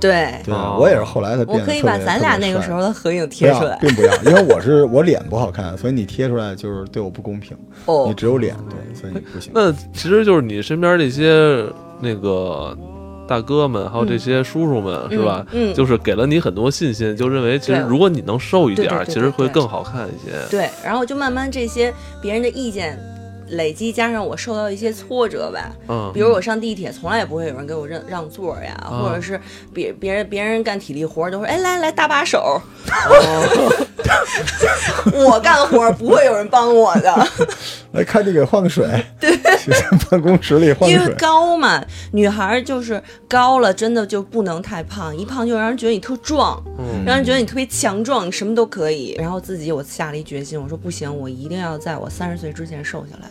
[SPEAKER 2] 对，
[SPEAKER 3] 对
[SPEAKER 1] 哦
[SPEAKER 3] 我也是后来才变
[SPEAKER 2] 我
[SPEAKER 3] 得特
[SPEAKER 2] 可
[SPEAKER 3] 别。
[SPEAKER 2] 以把咱俩那个时候的合影贴出来
[SPEAKER 3] 特。别帅不要，并不要，因为我是我脸不好看，所以你贴出来就是对我不 公平。你
[SPEAKER 2] 哦，
[SPEAKER 3] 只有脸，对，所以你不行。
[SPEAKER 1] 那其实就是你身边这些那个大哥们，还有这些叔叔们，是吧？
[SPEAKER 2] 嗯，嗯
[SPEAKER 1] 就是给了你很多信心，就认为其实
[SPEAKER 2] 对
[SPEAKER 1] 如果你能瘦一点儿，
[SPEAKER 2] 对对对对
[SPEAKER 1] 其实会
[SPEAKER 2] 对
[SPEAKER 1] 更好看一些。
[SPEAKER 2] 对。然后就慢慢这些别人的意见累积，加上我受到一些挫折吧，
[SPEAKER 1] 嗯
[SPEAKER 2] 比如我上地铁，从来也不会有人给我让让座呀，
[SPEAKER 1] 嗯
[SPEAKER 2] 或者是别别人别人干体力活儿都说，哎，来来搭把手。
[SPEAKER 1] 哦
[SPEAKER 2] 我干活儿不会有人帮我的，
[SPEAKER 3] 来哎看你给换 个水，对，去办公室里换
[SPEAKER 2] 因
[SPEAKER 3] 个
[SPEAKER 2] 为
[SPEAKER 3] 水。
[SPEAKER 2] 高嘛，女孩儿就是高了，真的就不能太胖，一胖就让人觉得你特壮，
[SPEAKER 1] 嗯
[SPEAKER 2] 让人觉得你特别强壮，你什么都可以。然后自己我下了一决心，我说不行，我一定要在我三十岁之前瘦下来。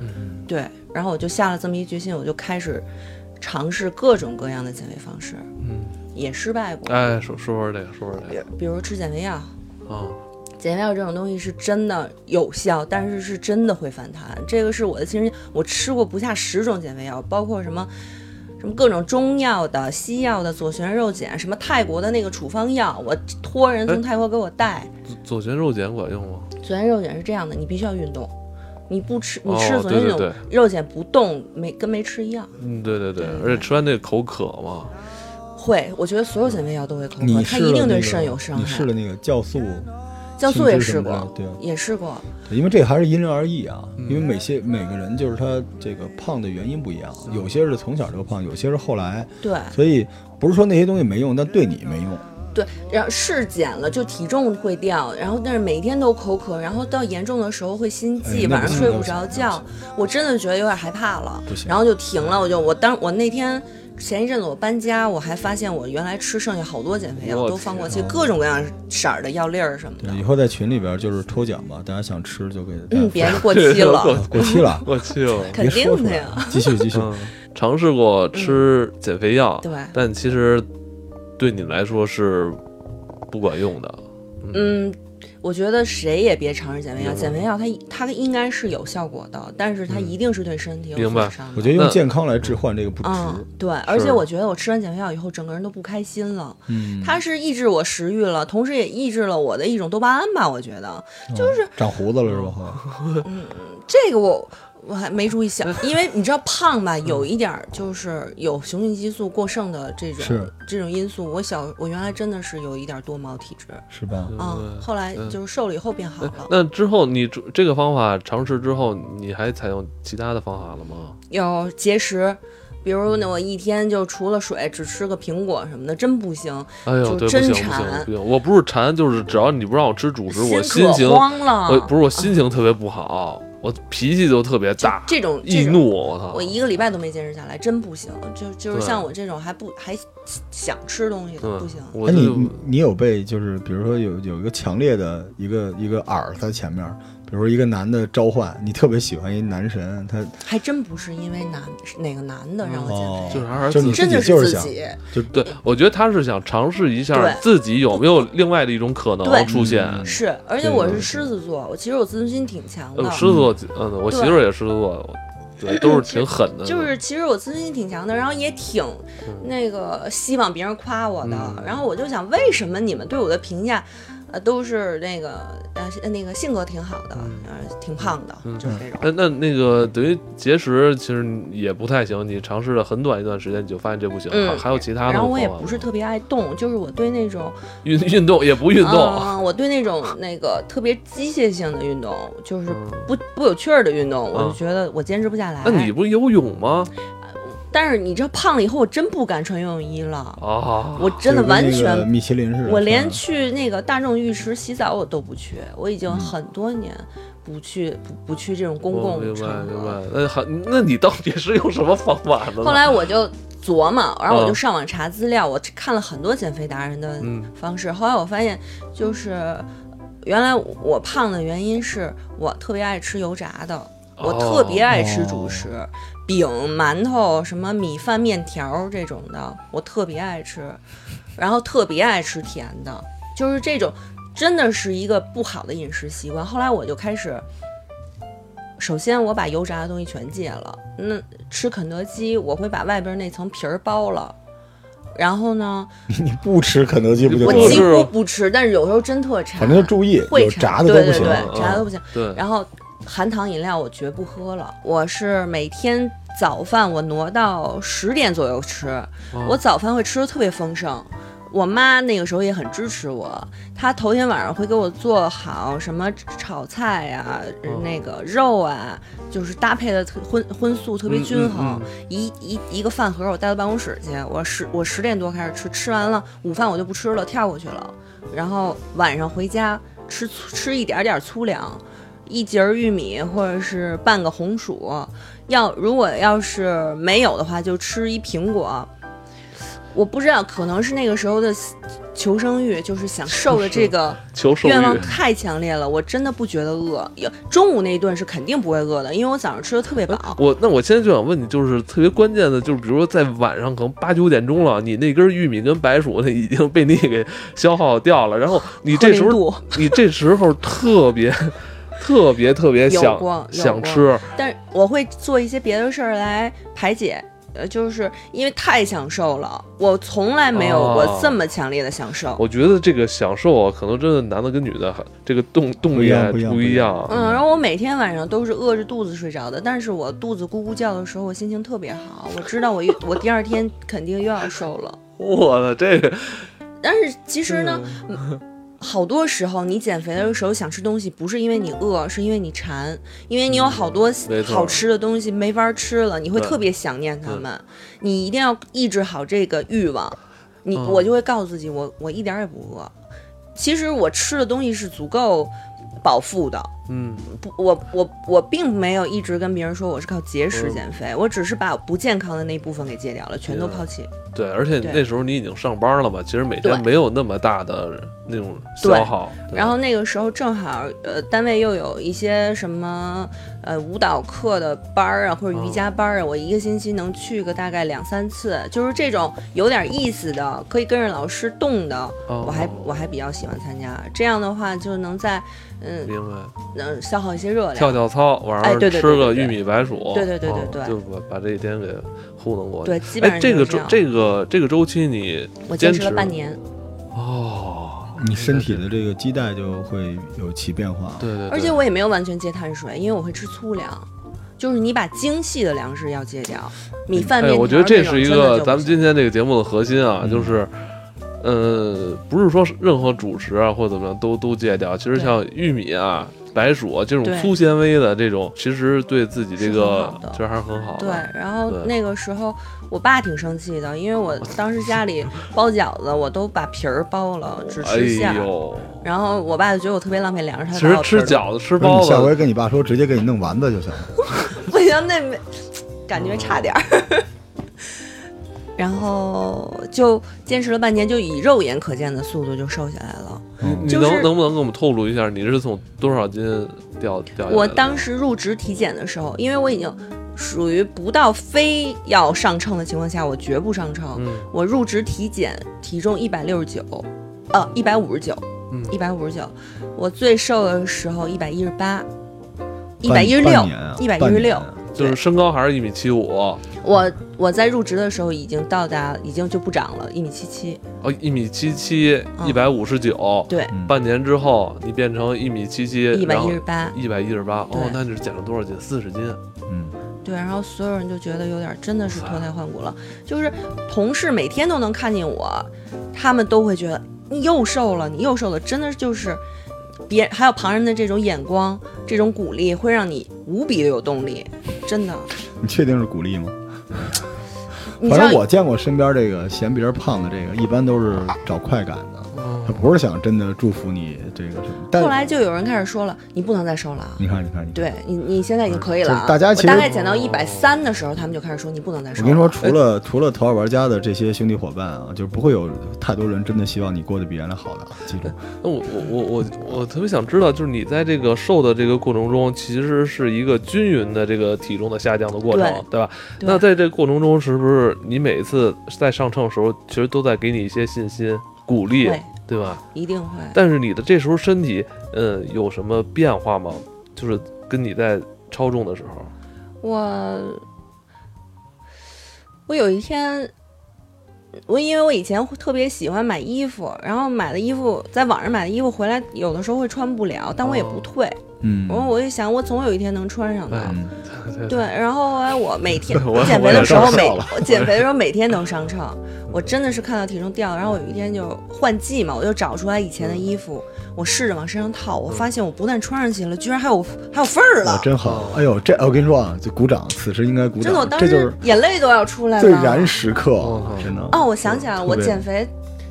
[SPEAKER 1] 嗯
[SPEAKER 2] 对，然后我就下了这么一决心，我就开始尝试各种各样的减肥方式，
[SPEAKER 1] 嗯，
[SPEAKER 2] 也失败过。
[SPEAKER 1] 哎，说说说这个，说说这
[SPEAKER 2] 比
[SPEAKER 1] 个
[SPEAKER 2] 如比如吃减肥药，
[SPEAKER 1] 啊，
[SPEAKER 2] 减肥药这种东西是真的有效，但是是真的会反弹。这个是我的亲身经，我吃过不下十种减肥药，包括什么什么各种中药的、西药的、左旋肉碱，什么泰国的那个处方药，我托人从
[SPEAKER 1] 哎
[SPEAKER 2] 泰国给我带。
[SPEAKER 1] 左左旋肉碱管用吗？
[SPEAKER 2] 左旋肉碱是这样的，你必须要运动，你不吃你
[SPEAKER 1] 哦
[SPEAKER 2] 吃左旋
[SPEAKER 1] 对
[SPEAKER 2] 肉
[SPEAKER 1] 对对
[SPEAKER 2] 肉碱不动，没跟没吃一样。
[SPEAKER 1] 嗯，对对对
[SPEAKER 2] 对，
[SPEAKER 1] 而且吃完那口渴嘛，
[SPEAKER 2] 会，我觉得所有减肥药都会口渴，
[SPEAKER 3] 你
[SPEAKER 2] 它
[SPEAKER 3] 试
[SPEAKER 2] 一
[SPEAKER 3] 了
[SPEAKER 2] 定
[SPEAKER 3] 那
[SPEAKER 2] 对
[SPEAKER 3] 个
[SPEAKER 2] 肾有伤
[SPEAKER 3] 你试
[SPEAKER 2] 害
[SPEAKER 3] 了。那个酵素，
[SPEAKER 2] 酵素也
[SPEAKER 3] 青汁什
[SPEAKER 2] 试
[SPEAKER 3] 么的
[SPEAKER 2] 过，
[SPEAKER 3] 对啊
[SPEAKER 2] 也试过，
[SPEAKER 3] 因为这还是因人而异啊，
[SPEAKER 1] 嗯
[SPEAKER 3] 因为每些每个人就是他这个胖的原因不一样，有些是从小就胖，有些是后来，
[SPEAKER 2] 对。
[SPEAKER 3] 所以不是说那些东西没用，但对你没用。
[SPEAKER 2] 对，然后是减了，就体重会掉，然后但是每天都口渴，然后到严重的时候会心
[SPEAKER 3] 哎
[SPEAKER 2] 悸，
[SPEAKER 3] 那
[SPEAKER 2] 晚
[SPEAKER 3] 不
[SPEAKER 2] 上
[SPEAKER 3] 行
[SPEAKER 2] 睡
[SPEAKER 3] 那
[SPEAKER 2] 不
[SPEAKER 3] 不
[SPEAKER 2] 着
[SPEAKER 3] 行那不
[SPEAKER 2] 觉
[SPEAKER 3] 行，
[SPEAKER 2] 我真的觉得有点害怕了
[SPEAKER 3] 不，行
[SPEAKER 2] 然后就停了。我就我当我那天前一阵子我搬家，我还发现我原来吃剩下好多减肥药
[SPEAKER 1] 我
[SPEAKER 2] 都放过去，
[SPEAKER 3] 天啊
[SPEAKER 2] 各种各样色儿的药粒儿什么的
[SPEAKER 3] 对，，以后在群里边就是抽奖嘛，大家想吃就给大家
[SPEAKER 2] 嗯，别人过 期
[SPEAKER 1] 过
[SPEAKER 2] 了，
[SPEAKER 3] 过期了，
[SPEAKER 1] 我去了。
[SPEAKER 2] 肯
[SPEAKER 3] 别
[SPEAKER 2] 定
[SPEAKER 3] 说出
[SPEAKER 2] 的
[SPEAKER 3] 来
[SPEAKER 2] 呀，
[SPEAKER 3] 继续继续，
[SPEAKER 1] 嗯，尝试过吃减肥药，
[SPEAKER 2] 对，
[SPEAKER 1] 但其实对你来说是不管用的。
[SPEAKER 2] 嗯。我觉得谁也别尝试减肥药，
[SPEAKER 1] 明白
[SPEAKER 3] 啊
[SPEAKER 2] 减肥药它它应该是有效果的，但是它一定是对身体有
[SPEAKER 1] 明
[SPEAKER 2] 损
[SPEAKER 1] 白
[SPEAKER 2] 伤的。
[SPEAKER 3] 嗯我觉得用健康来置换这个不值。
[SPEAKER 2] 嗯，对，而
[SPEAKER 1] 是
[SPEAKER 2] 且我觉得我吃完减肥药以后，整个人都不开心了。
[SPEAKER 3] 嗯，
[SPEAKER 2] 它是抑制我食欲了，同时也抑制了我的一种多巴胺吧。我觉得
[SPEAKER 3] 就是长胡子了是吧？
[SPEAKER 2] 嗯
[SPEAKER 3] 哈
[SPEAKER 2] 这个我我还没注意想，
[SPEAKER 1] 嗯
[SPEAKER 2] 因为你知道胖吧，有一点儿就是有雄性激素过剩的这种
[SPEAKER 3] 是
[SPEAKER 2] 这种因素。我小我原来真的是有一点多毛体质
[SPEAKER 3] 是吧？
[SPEAKER 2] 啊、
[SPEAKER 1] 嗯
[SPEAKER 2] 后来就是瘦了以后变好了。
[SPEAKER 1] 哎那之后你这这个方法尝试之后，你还采用其他的方法了吗？
[SPEAKER 2] 有节食。比如呢，我一天就除了水只吃个苹果什么的，真不行，
[SPEAKER 1] 哎呦，
[SPEAKER 2] 就
[SPEAKER 1] 对，不
[SPEAKER 2] 真
[SPEAKER 1] 行不
[SPEAKER 2] 馋
[SPEAKER 1] 行不行，我不是馋，就是只要你不让我吃主食，我心情
[SPEAKER 2] 可慌了。
[SPEAKER 1] 我不是我心情特别不好，我脾气就特别
[SPEAKER 2] 就
[SPEAKER 1] 大，
[SPEAKER 2] 这种这
[SPEAKER 1] 易
[SPEAKER 2] 种
[SPEAKER 1] 怒，我操！
[SPEAKER 2] 我一个礼拜都没坚持下来，真不行。就就是
[SPEAKER 1] 哦对
[SPEAKER 2] 像我这种还不还想吃东西的，
[SPEAKER 1] 嗯
[SPEAKER 2] 不行。
[SPEAKER 1] 我
[SPEAKER 3] 哎，
[SPEAKER 1] 就
[SPEAKER 3] 你你有被就是比如说有有一个强烈的一个一个饵在前面，比比如说一个男的召唤，你特别喜欢一男神，他
[SPEAKER 2] 还真不是因为男是哪个男的让我
[SPEAKER 3] 哦
[SPEAKER 2] 减
[SPEAKER 1] 就是
[SPEAKER 2] 肥，
[SPEAKER 1] 还
[SPEAKER 3] 就是
[SPEAKER 1] 自己
[SPEAKER 3] 你自
[SPEAKER 2] 真
[SPEAKER 3] 己
[SPEAKER 2] 的
[SPEAKER 3] 就是
[SPEAKER 2] 自
[SPEAKER 3] 想
[SPEAKER 2] 己。
[SPEAKER 1] 对，我觉得他是想尝试一下
[SPEAKER 2] 对
[SPEAKER 1] 自己有没有另外的一种可能
[SPEAKER 2] 对
[SPEAKER 1] 出现。
[SPEAKER 3] 嗯
[SPEAKER 2] 是，而且
[SPEAKER 3] 对
[SPEAKER 2] 我是
[SPEAKER 3] 对对
[SPEAKER 2] 狮子座，我其实我自尊心挺强的
[SPEAKER 1] 呃，，狮子座，嗯，我媳
[SPEAKER 2] 对
[SPEAKER 1] 妇儿也狮子座，对， 都是挺狠的，
[SPEAKER 2] 就是其实我自尊心挺强的，然后也挺那个希望别人夸我的，
[SPEAKER 1] 嗯
[SPEAKER 2] 然后我就想，为什么你们对我的评价，呃，都是那个呃那个性格挺好的，呃，挺胖的，
[SPEAKER 1] 嗯
[SPEAKER 2] 就是这种。
[SPEAKER 1] 那那那个等于节食其实也不太行，你尝试了很短一段时间，你就发现这不行。
[SPEAKER 2] 嗯
[SPEAKER 1] 还还有其他的吗
[SPEAKER 2] 然后我也
[SPEAKER 1] 方法
[SPEAKER 2] 不
[SPEAKER 1] 吗
[SPEAKER 2] 是特别爱动，就是我对那种
[SPEAKER 1] 运运动也不运动，
[SPEAKER 2] 嗯，我对 那种那个特别机械性的运动，就是
[SPEAKER 1] 嗯
[SPEAKER 2] 不不有趣儿的运动，我就
[SPEAKER 1] 嗯
[SPEAKER 2] 觉得我坚持不下来。
[SPEAKER 1] 那你不是游泳吗？
[SPEAKER 2] 但是你知道胖了以后，我真不敢穿游泳衣了，
[SPEAKER 1] 啊，
[SPEAKER 2] 我真的
[SPEAKER 3] 就跟
[SPEAKER 2] 完
[SPEAKER 3] 那个
[SPEAKER 2] 全
[SPEAKER 3] 米其林似的。
[SPEAKER 2] 我连
[SPEAKER 3] 是
[SPEAKER 2] 去那个大众浴池洗澡我都不去，我已经
[SPEAKER 1] 嗯
[SPEAKER 2] 很多年不去不不去这种公
[SPEAKER 1] 我
[SPEAKER 2] 共
[SPEAKER 1] 哦明白
[SPEAKER 2] 场
[SPEAKER 1] 明
[SPEAKER 2] 合。
[SPEAKER 1] 白。那还那你当节食用什么方法呢？
[SPEAKER 2] 后来我就琢磨，然后我就
[SPEAKER 1] 嗯
[SPEAKER 2] 上网查资料，我看了很多减肥达人的
[SPEAKER 1] 嗯
[SPEAKER 2] 方式。后来我发现，就是原来我胖的原因是我特别爱吃油炸的，我
[SPEAKER 1] 哦
[SPEAKER 2] 特别爱吃主
[SPEAKER 3] 哦
[SPEAKER 2] 食。饼、馒头、什么米饭、面条儿这种的，我特别爱吃，然后特别爱吃甜的，就是这种，真的是一个不好的饮食习惯。后来我就开始，首先我把油炸的东西全戒了，那吃肯德基我会把外边那层皮儿剥了，然后呢，
[SPEAKER 3] 你不吃肯德基不就
[SPEAKER 2] 我
[SPEAKER 1] 不
[SPEAKER 3] 得
[SPEAKER 2] 几
[SPEAKER 1] 是
[SPEAKER 3] 了？
[SPEAKER 2] 乎不吃，但是有时候真特馋，
[SPEAKER 3] 反正就注意，
[SPEAKER 2] 会
[SPEAKER 3] 有
[SPEAKER 2] 馋
[SPEAKER 3] 炸的都不行
[SPEAKER 2] 对对
[SPEAKER 1] 嗯
[SPEAKER 2] 对，炸的都不行。
[SPEAKER 1] 对，
[SPEAKER 2] 然后含糖饮料我绝不喝了，我是每天早饭我挪到十点左右吃，
[SPEAKER 1] 哦
[SPEAKER 2] 我早饭会吃的特别丰盛。我妈那个时候也很支持我，她头天晚上会给我做好什么炒菜啊、呃
[SPEAKER 1] 哦
[SPEAKER 2] 那个肉啊，就是搭配的特荤荤素特别
[SPEAKER 1] 嗯
[SPEAKER 2] 均
[SPEAKER 1] 嗯
[SPEAKER 2] 衡。一一一个饭盒我带到办公室去，我十我十点多开始吃，吃完了午饭我就不吃了，跳过去了。然后晚上回家吃粗吃一点点粗粮，一节儿玉米或者是半个红薯。要如果要是没有的话，就吃一苹果。我不知道，可能是那个时候的求生欲，就是想瘦的这个
[SPEAKER 1] 求生
[SPEAKER 2] 愿望
[SPEAKER 1] 欲，
[SPEAKER 2] 太强烈了，我真的不觉得饿。有中午那一顿是肯定不会饿的，因为我早上吃的特别饱。
[SPEAKER 1] 我那我现在就想问你，就是特别关键的，就是比如说在晚上可能八九点钟了，你那根玉米跟白薯那已经被你给消耗掉了，然后你这时
[SPEAKER 2] 和零
[SPEAKER 1] 候
[SPEAKER 2] 度
[SPEAKER 1] 你这时候特别特别特别
[SPEAKER 2] 有
[SPEAKER 1] 想
[SPEAKER 2] 过有
[SPEAKER 1] 想
[SPEAKER 2] 过
[SPEAKER 1] 吃，
[SPEAKER 2] 但是我会做一些别的事儿来排解，呃，就是因为太享受了，我从来没有
[SPEAKER 1] 哦
[SPEAKER 2] 过这么强烈的享受。
[SPEAKER 1] 我觉得这个享受啊，可能真的男的跟女的还这个动动
[SPEAKER 3] 不
[SPEAKER 1] 力
[SPEAKER 3] 一样
[SPEAKER 1] 还
[SPEAKER 3] 不一样
[SPEAKER 1] 不
[SPEAKER 3] 不
[SPEAKER 1] 一
[SPEAKER 3] 一样
[SPEAKER 1] 样。
[SPEAKER 2] 嗯，然后我每天晚上都是饿着肚子睡着的，但是我肚子咕咕叫的时候，我心情特别好，我知道我又我第二天肯定又要瘦了。
[SPEAKER 1] 我的这个
[SPEAKER 2] 但是其实呢，好多时候你减肥的时候想吃东西，不是因为你饿，是因为你馋，因为你有好多
[SPEAKER 1] 嗯没错
[SPEAKER 2] 好吃的东西没法吃了，你会
[SPEAKER 1] 对
[SPEAKER 2] 特别想念它们。你一定要抑制好这个欲望。你
[SPEAKER 1] 嗯
[SPEAKER 2] 我就会告诉自己，我我一点儿也不饿。其实我吃的东西是足够饱腹的，
[SPEAKER 1] 嗯，
[SPEAKER 2] 不，我我我并没有一直跟别人说我是靠节食
[SPEAKER 1] 嗯
[SPEAKER 2] 减肥，我只是把不健康的那部分给戒掉了，全都抛弃。
[SPEAKER 1] 对，而且
[SPEAKER 2] 对
[SPEAKER 1] 那时候你已经上班了嘛，其实每天
[SPEAKER 2] 对
[SPEAKER 1] 没有那么大的那种
[SPEAKER 2] 对
[SPEAKER 1] 消耗。对
[SPEAKER 2] 然后那个时候正好，呃，单位又有一些什么，呃，舞蹈课的班儿啊，或者瑜伽班儿啊，我一个星期能去个大概两三次，就是这种有点意思的，可以跟着老师动的，
[SPEAKER 1] 哦
[SPEAKER 2] 我还我还比较喜欢参加。这样的话就能在，嗯
[SPEAKER 1] 明白，
[SPEAKER 2] 能消耗一些热
[SPEAKER 1] 跳跳
[SPEAKER 2] 量。
[SPEAKER 1] 操，晚
[SPEAKER 2] 哎
[SPEAKER 1] 上
[SPEAKER 2] 对对对
[SPEAKER 1] 吃个
[SPEAKER 2] 对对
[SPEAKER 1] 玉米白薯，
[SPEAKER 2] 对对对
[SPEAKER 1] 哦
[SPEAKER 2] 对对
[SPEAKER 1] 就把把这一天给糊弄过去。哎
[SPEAKER 2] 对，基本上
[SPEAKER 1] 这个
[SPEAKER 2] 就是
[SPEAKER 1] 周
[SPEAKER 2] 样。
[SPEAKER 1] 这个这个周期你
[SPEAKER 2] 我坚持
[SPEAKER 1] 坚
[SPEAKER 2] 了
[SPEAKER 1] 持
[SPEAKER 2] 半年，
[SPEAKER 1] 哦，
[SPEAKER 3] 你身体的这个基带就会有其变化。
[SPEAKER 1] 对对对，
[SPEAKER 2] 而且我也没有完全戒碳水，因为我会吃粗粮，就是你把精细的粮食要戒掉，米饭、面
[SPEAKER 1] 哎，
[SPEAKER 2] 条
[SPEAKER 1] 我觉得这
[SPEAKER 2] 种
[SPEAKER 1] 是一
[SPEAKER 2] 真的
[SPEAKER 1] 个
[SPEAKER 2] 就不
[SPEAKER 1] 咱们
[SPEAKER 2] 行
[SPEAKER 1] 今天这个节目的核心啊，
[SPEAKER 3] 嗯
[SPEAKER 1] 就是，呃，不是说任何主食啊或者怎么样都都戒掉，其实
[SPEAKER 2] 对
[SPEAKER 1] 像玉米啊、白薯啊这种
[SPEAKER 2] 对
[SPEAKER 1] 粗纤维的这种，其实对自己这
[SPEAKER 2] 是
[SPEAKER 1] 个
[SPEAKER 2] 很好的
[SPEAKER 1] 其实还是很好
[SPEAKER 2] 对
[SPEAKER 1] 的。，
[SPEAKER 2] 然后
[SPEAKER 1] 对
[SPEAKER 2] 那个时候我爸挺生气的，因为我当时家里包饺子，我都把皮儿剥了，只吃馅
[SPEAKER 1] 哎
[SPEAKER 2] 儿。
[SPEAKER 1] 呦，
[SPEAKER 2] 然后我爸就觉得我特别浪费粮食，他
[SPEAKER 1] 其
[SPEAKER 2] 就把
[SPEAKER 1] 实
[SPEAKER 2] 我
[SPEAKER 1] 吃
[SPEAKER 2] 皮儿
[SPEAKER 1] 饺子、吃
[SPEAKER 3] 不是
[SPEAKER 1] 包
[SPEAKER 3] 你下
[SPEAKER 1] 子，
[SPEAKER 3] 回跟你爸说，直接给你弄丸子就行了。
[SPEAKER 2] 不行，那没感觉差点儿。 然后就坚持了半年，就以肉眼可见的速度就瘦下来了。
[SPEAKER 3] 嗯
[SPEAKER 1] 你
[SPEAKER 2] 就
[SPEAKER 1] 能
[SPEAKER 2] 是
[SPEAKER 1] 能不能给我们透露一下，你是从多少斤掉掉下来的？
[SPEAKER 2] 我当时入职体检的时候，因为我已经属于不到非要上秤的情况下，我绝不上秤。
[SPEAKER 1] 嗯
[SPEAKER 2] 我入职体检体重一百六十九，呃，一百五十九，
[SPEAKER 1] 嗯
[SPEAKER 2] 一百五十九。我最瘦的时候一百一十八，一百
[SPEAKER 3] 半
[SPEAKER 2] 一十
[SPEAKER 3] 半
[SPEAKER 2] 六，
[SPEAKER 3] 年啊
[SPEAKER 2] 一百一
[SPEAKER 3] 半
[SPEAKER 2] 十
[SPEAKER 3] 年
[SPEAKER 2] 六。
[SPEAKER 3] 啊
[SPEAKER 1] 就是身高还是一米七五哦，
[SPEAKER 2] 我我在入职的时候已经到达，已经就不长了，一米七七。
[SPEAKER 1] 哦一米七七，一百五十九，
[SPEAKER 2] 嗯对，
[SPEAKER 3] 嗯
[SPEAKER 1] 半年之后你变成一米七七，
[SPEAKER 2] 一百
[SPEAKER 1] 然
[SPEAKER 2] 一
[SPEAKER 1] 后
[SPEAKER 2] 十八。
[SPEAKER 1] 一百一十八，哦
[SPEAKER 2] 对，
[SPEAKER 1] 那你是减了多少斤？四十斤，
[SPEAKER 3] 嗯，
[SPEAKER 2] 对，然后所有人就觉得有点真的是脱胎换骨了，就是同事每天都能看见我，他们都会觉得你又瘦了，你又瘦了，真的就是别还有旁人的这种眼光、这种鼓励，会让你无比的有动力，真的。
[SPEAKER 3] 你确定是鼓励吗？
[SPEAKER 2] 你知
[SPEAKER 3] 反
[SPEAKER 2] 道
[SPEAKER 3] 正我见过身边这个嫌别人胖的这个，一般都是找快感的，
[SPEAKER 1] 哦
[SPEAKER 3] 他不是想真的祝福你这个什么。但
[SPEAKER 2] 后来就有人开始说了，你不能再瘦了啊。
[SPEAKER 3] 你看，你看，你看，
[SPEAKER 2] 对你，你现在已经可以了
[SPEAKER 3] 就
[SPEAKER 2] 啊！
[SPEAKER 3] 是大家
[SPEAKER 2] 我
[SPEAKER 3] 其实
[SPEAKER 2] 大概减到一百三的时候，他们就开始说你不能再瘦
[SPEAKER 3] 我
[SPEAKER 2] 了。
[SPEAKER 3] 跟你说，除了除了头号玩家的这些兄弟伙伴啊，就是不会有太多人真的希望你过得比原来好的。记住，
[SPEAKER 1] 那我我我我我特别想知道，就是你在这个瘦的这个过程中，其实是一个均匀的这个体重的下降的过程，对吧？
[SPEAKER 2] 对
[SPEAKER 1] 那在这个过程中，是不是你每次在上秤的时候，其实都在给你一些信心、鼓励，
[SPEAKER 2] 会
[SPEAKER 1] 对吧？
[SPEAKER 2] 一定会。
[SPEAKER 1] 但是你的这时候身体，嗯，有什么变化吗？就是跟你在超重的时候，
[SPEAKER 2] 我我有一天，我因为我以前会特别喜欢买衣服，然后买的衣服在网上买的衣服回来，有的时候会穿不了，但我也不退。
[SPEAKER 3] 嗯，
[SPEAKER 2] 然后我就想，我总有一天能穿上的。
[SPEAKER 3] 嗯，
[SPEAKER 2] 对，然后后来我每天
[SPEAKER 1] 我
[SPEAKER 2] 减肥的时候
[SPEAKER 1] 我也
[SPEAKER 2] 每
[SPEAKER 1] 上
[SPEAKER 2] 我减肥的时候每天都上秤，我真的是看到体重掉了，然后我有一天就换季嘛，我就找出来以前的衣服，我试着往身上套，我发现我不但穿上去了，居然还有还有缝儿
[SPEAKER 3] 哇
[SPEAKER 2] 了，，
[SPEAKER 3] 真好！哎呦，这我跟你说啊，就鼓掌，此时应该鼓
[SPEAKER 2] 真的，我
[SPEAKER 3] 掌，
[SPEAKER 2] 当
[SPEAKER 3] 这就
[SPEAKER 2] 时
[SPEAKER 3] 是
[SPEAKER 2] 眼泪都要出来了。
[SPEAKER 3] 最燃时刻
[SPEAKER 1] 哦
[SPEAKER 3] 啊，真的。
[SPEAKER 2] 哦，我想起来了，
[SPEAKER 3] 特
[SPEAKER 2] 我
[SPEAKER 3] 别
[SPEAKER 2] 减肥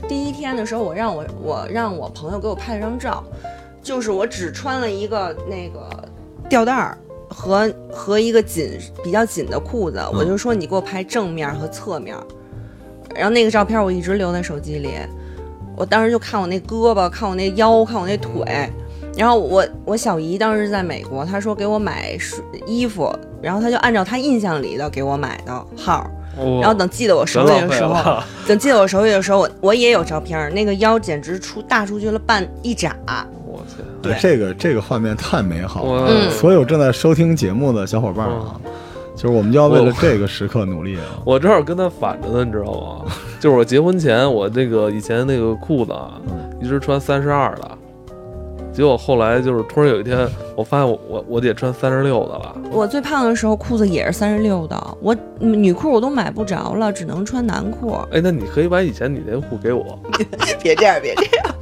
[SPEAKER 2] 第一天的时候，我让我我让我朋友给我拍了张照，就是我只穿了一个那个吊带儿和和一个紧比较紧的裤子，我
[SPEAKER 1] 嗯
[SPEAKER 2] 就说你给我拍正面和侧面，然后那个照片我一直留在手机里，我当时就看我那胳膊，看我那腰，看我那腿。然后我我小姨当时在美国，她说给我买是衣服，然后她就按照她印象里的给我买的号儿，然后等寄到我手
[SPEAKER 1] 全
[SPEAKER 2] 里
[SPEAKER 1] 浪
[SPEAKER 2] 的
[SPEAKER 1] 费
[SPEAKER 2] 时候，
[SPEAKER 1] 了，
[SPEAKER 2] 等寄到我手里的时候，我我也有照片儿，那个腰简直出大出去了半一拃。
[SPEAKER 1] 我天，
[SPEAKER 2] 对
[SPEAKER 3] 这个这个画面太美好了。
[SPEAKER 1] 嗯
[SPEAKER 3] 哦所有正在收听节目的小伙伴啊，就是我们就要为了这个时刻努力啊。
[SPEAKER 1] 我正好跟他反着呢，你知道吗？就是我结婚前，我那个以前那个裤子啊，
[SPEAKER 3] 嗯
[SPEAKER 1] 一直穿三十二的，结果后来就是突然有一天，我发现我我我得穿三十六的了。
[SPEAKER 2] 我最胖的时候裤子也是三十六的，我嗯女裤我都买不着了，只能穿男裤。
[SPEAKER 1] 哎，那你可以把以前你那裤给我，
[SPEAKER 2] 别这样，别这 样。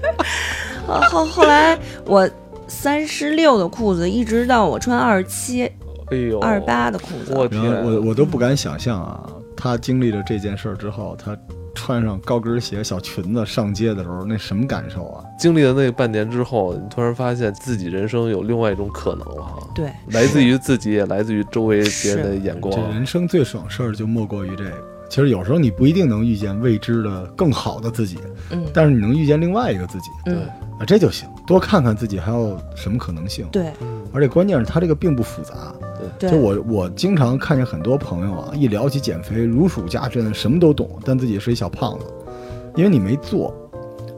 [SPEAKER 2] 后呃后后来我三十六的裤子，一直到我穿二十七、
[SPEAKER 1] 哎呦，
[SPEAKER 2] 二十，八的裤
[SPEAKER 1] 我
[SPEAKER 2] 子，
[SPEAKER 1] 天
[SPEAKER 3] 然后，我我都不敢想象啊，他经历了这件事儿之后，他穿上高跟鞋、小裙子上街的时候，那什么感受啊？
[SPEAKER 1] 经历了那半年之后，你突然发现自己人生有另外一种可能了哈，
[SPEAKER 2] 对，
[SPEAKER 1] 来自于自己，也来自于周围别人的
[SPEAKER 2] 是
[SPEAKER 1] 眼光啊
[SPEAKER 3] 这。人生最爽事儿就莫过于这个。其实有时候你不一定能遇见未知的更好的自己，
[SPEAKER 2] 嗯
[SPEAKER 3] 但是你能遇见另外一个自己
[SPEAKER 2] 嗯，
[SPEAKER 3] 啊，这就行。多看看自己还有什么可能性。
[SPEAKER 2] 对
[SPEAKER 1] 嗯
[SPEAKER 3] 而且关键是它这个并不复杂，就
[SPEAKER 2] 对，
[SPEAKER 3] 我我经常看见很多朋友啊，一聊起减肥如数家珍，什么都懂，但自己是一小胖子，因为你没做。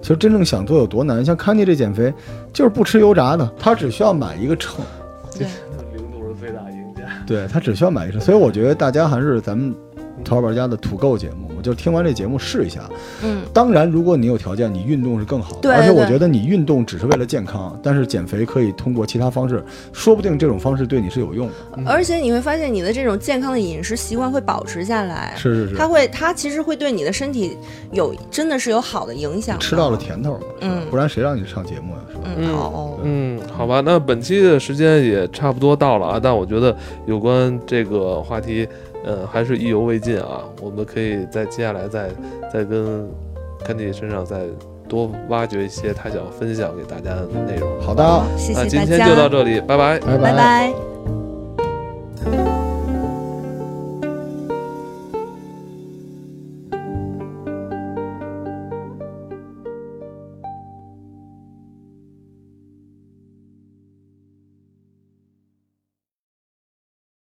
[SPEAKER 3] 其实真正想做有多难，像康妮这减肥，就是不吃油炸的，她只需要买一个秤，
[SPEAKER 2] 对，
[SPEAKER 1] 零度是最大赢家。
[SPEAKER 3] 对她只需要买一个秤。所以我觉得大家还是咱们淘宝家的土购节目，我就听完这节目试一下。
[SPEAKER 2] 嗯，
[SPEAKER 3] 当然，如果你有条件，你运动是更好的。
[SPEAKER 2] 对
[SPEAKER 3] 而且我
[SPEAKER 2] 对
[SPEAKER 3] 觉得你运动只是为了健康，但是减肥可以通过其他方式，说不定这种方式对你是有用的。
[SPEAKER 1] 嗯
[SPEAKER 2] 而且你会发现你的这种健康的饮食习惯会保持下来，
[SPEAKER 3] 是是是。
[SPEAKER 2] 它会，它其实会对你的身体有真的是有好的影响的。
[SPEAKER 3] 吃到了甜头了，是吧
[SPEAKER 2] 嗯
[SPEAKER 3] 不然谁让你上节目呀、啊是吧？
[SPEAKER 2] 嗯，
[SPEAKER 1] 嗯
[SPEAKER 2] 哦哦，
[SPEAKER 1] 嗯，好吧，那本期的时间也差不多到了啊，但我觉得有关这个话题，嗯，还是意犹未尽啊。我们可以在接下来再再跟甘姐身上再多挖掘一些她想分享给大家的内容。
[SPEAKER 3] 好的，啊
[SPEAKER 2] 谢
[SPEAKER 1] 那
[SPEAKER 2] 谢
[SPEAKER 1] 今
[SPEAKER 2] 大
[SPEAKER 1] 天就到
[SPEAKER 2] 家，
[SPEAKER 1] 这里，拜拜。
[SPEAKER 3] 拜
[SPEAKER 2] 拜拜。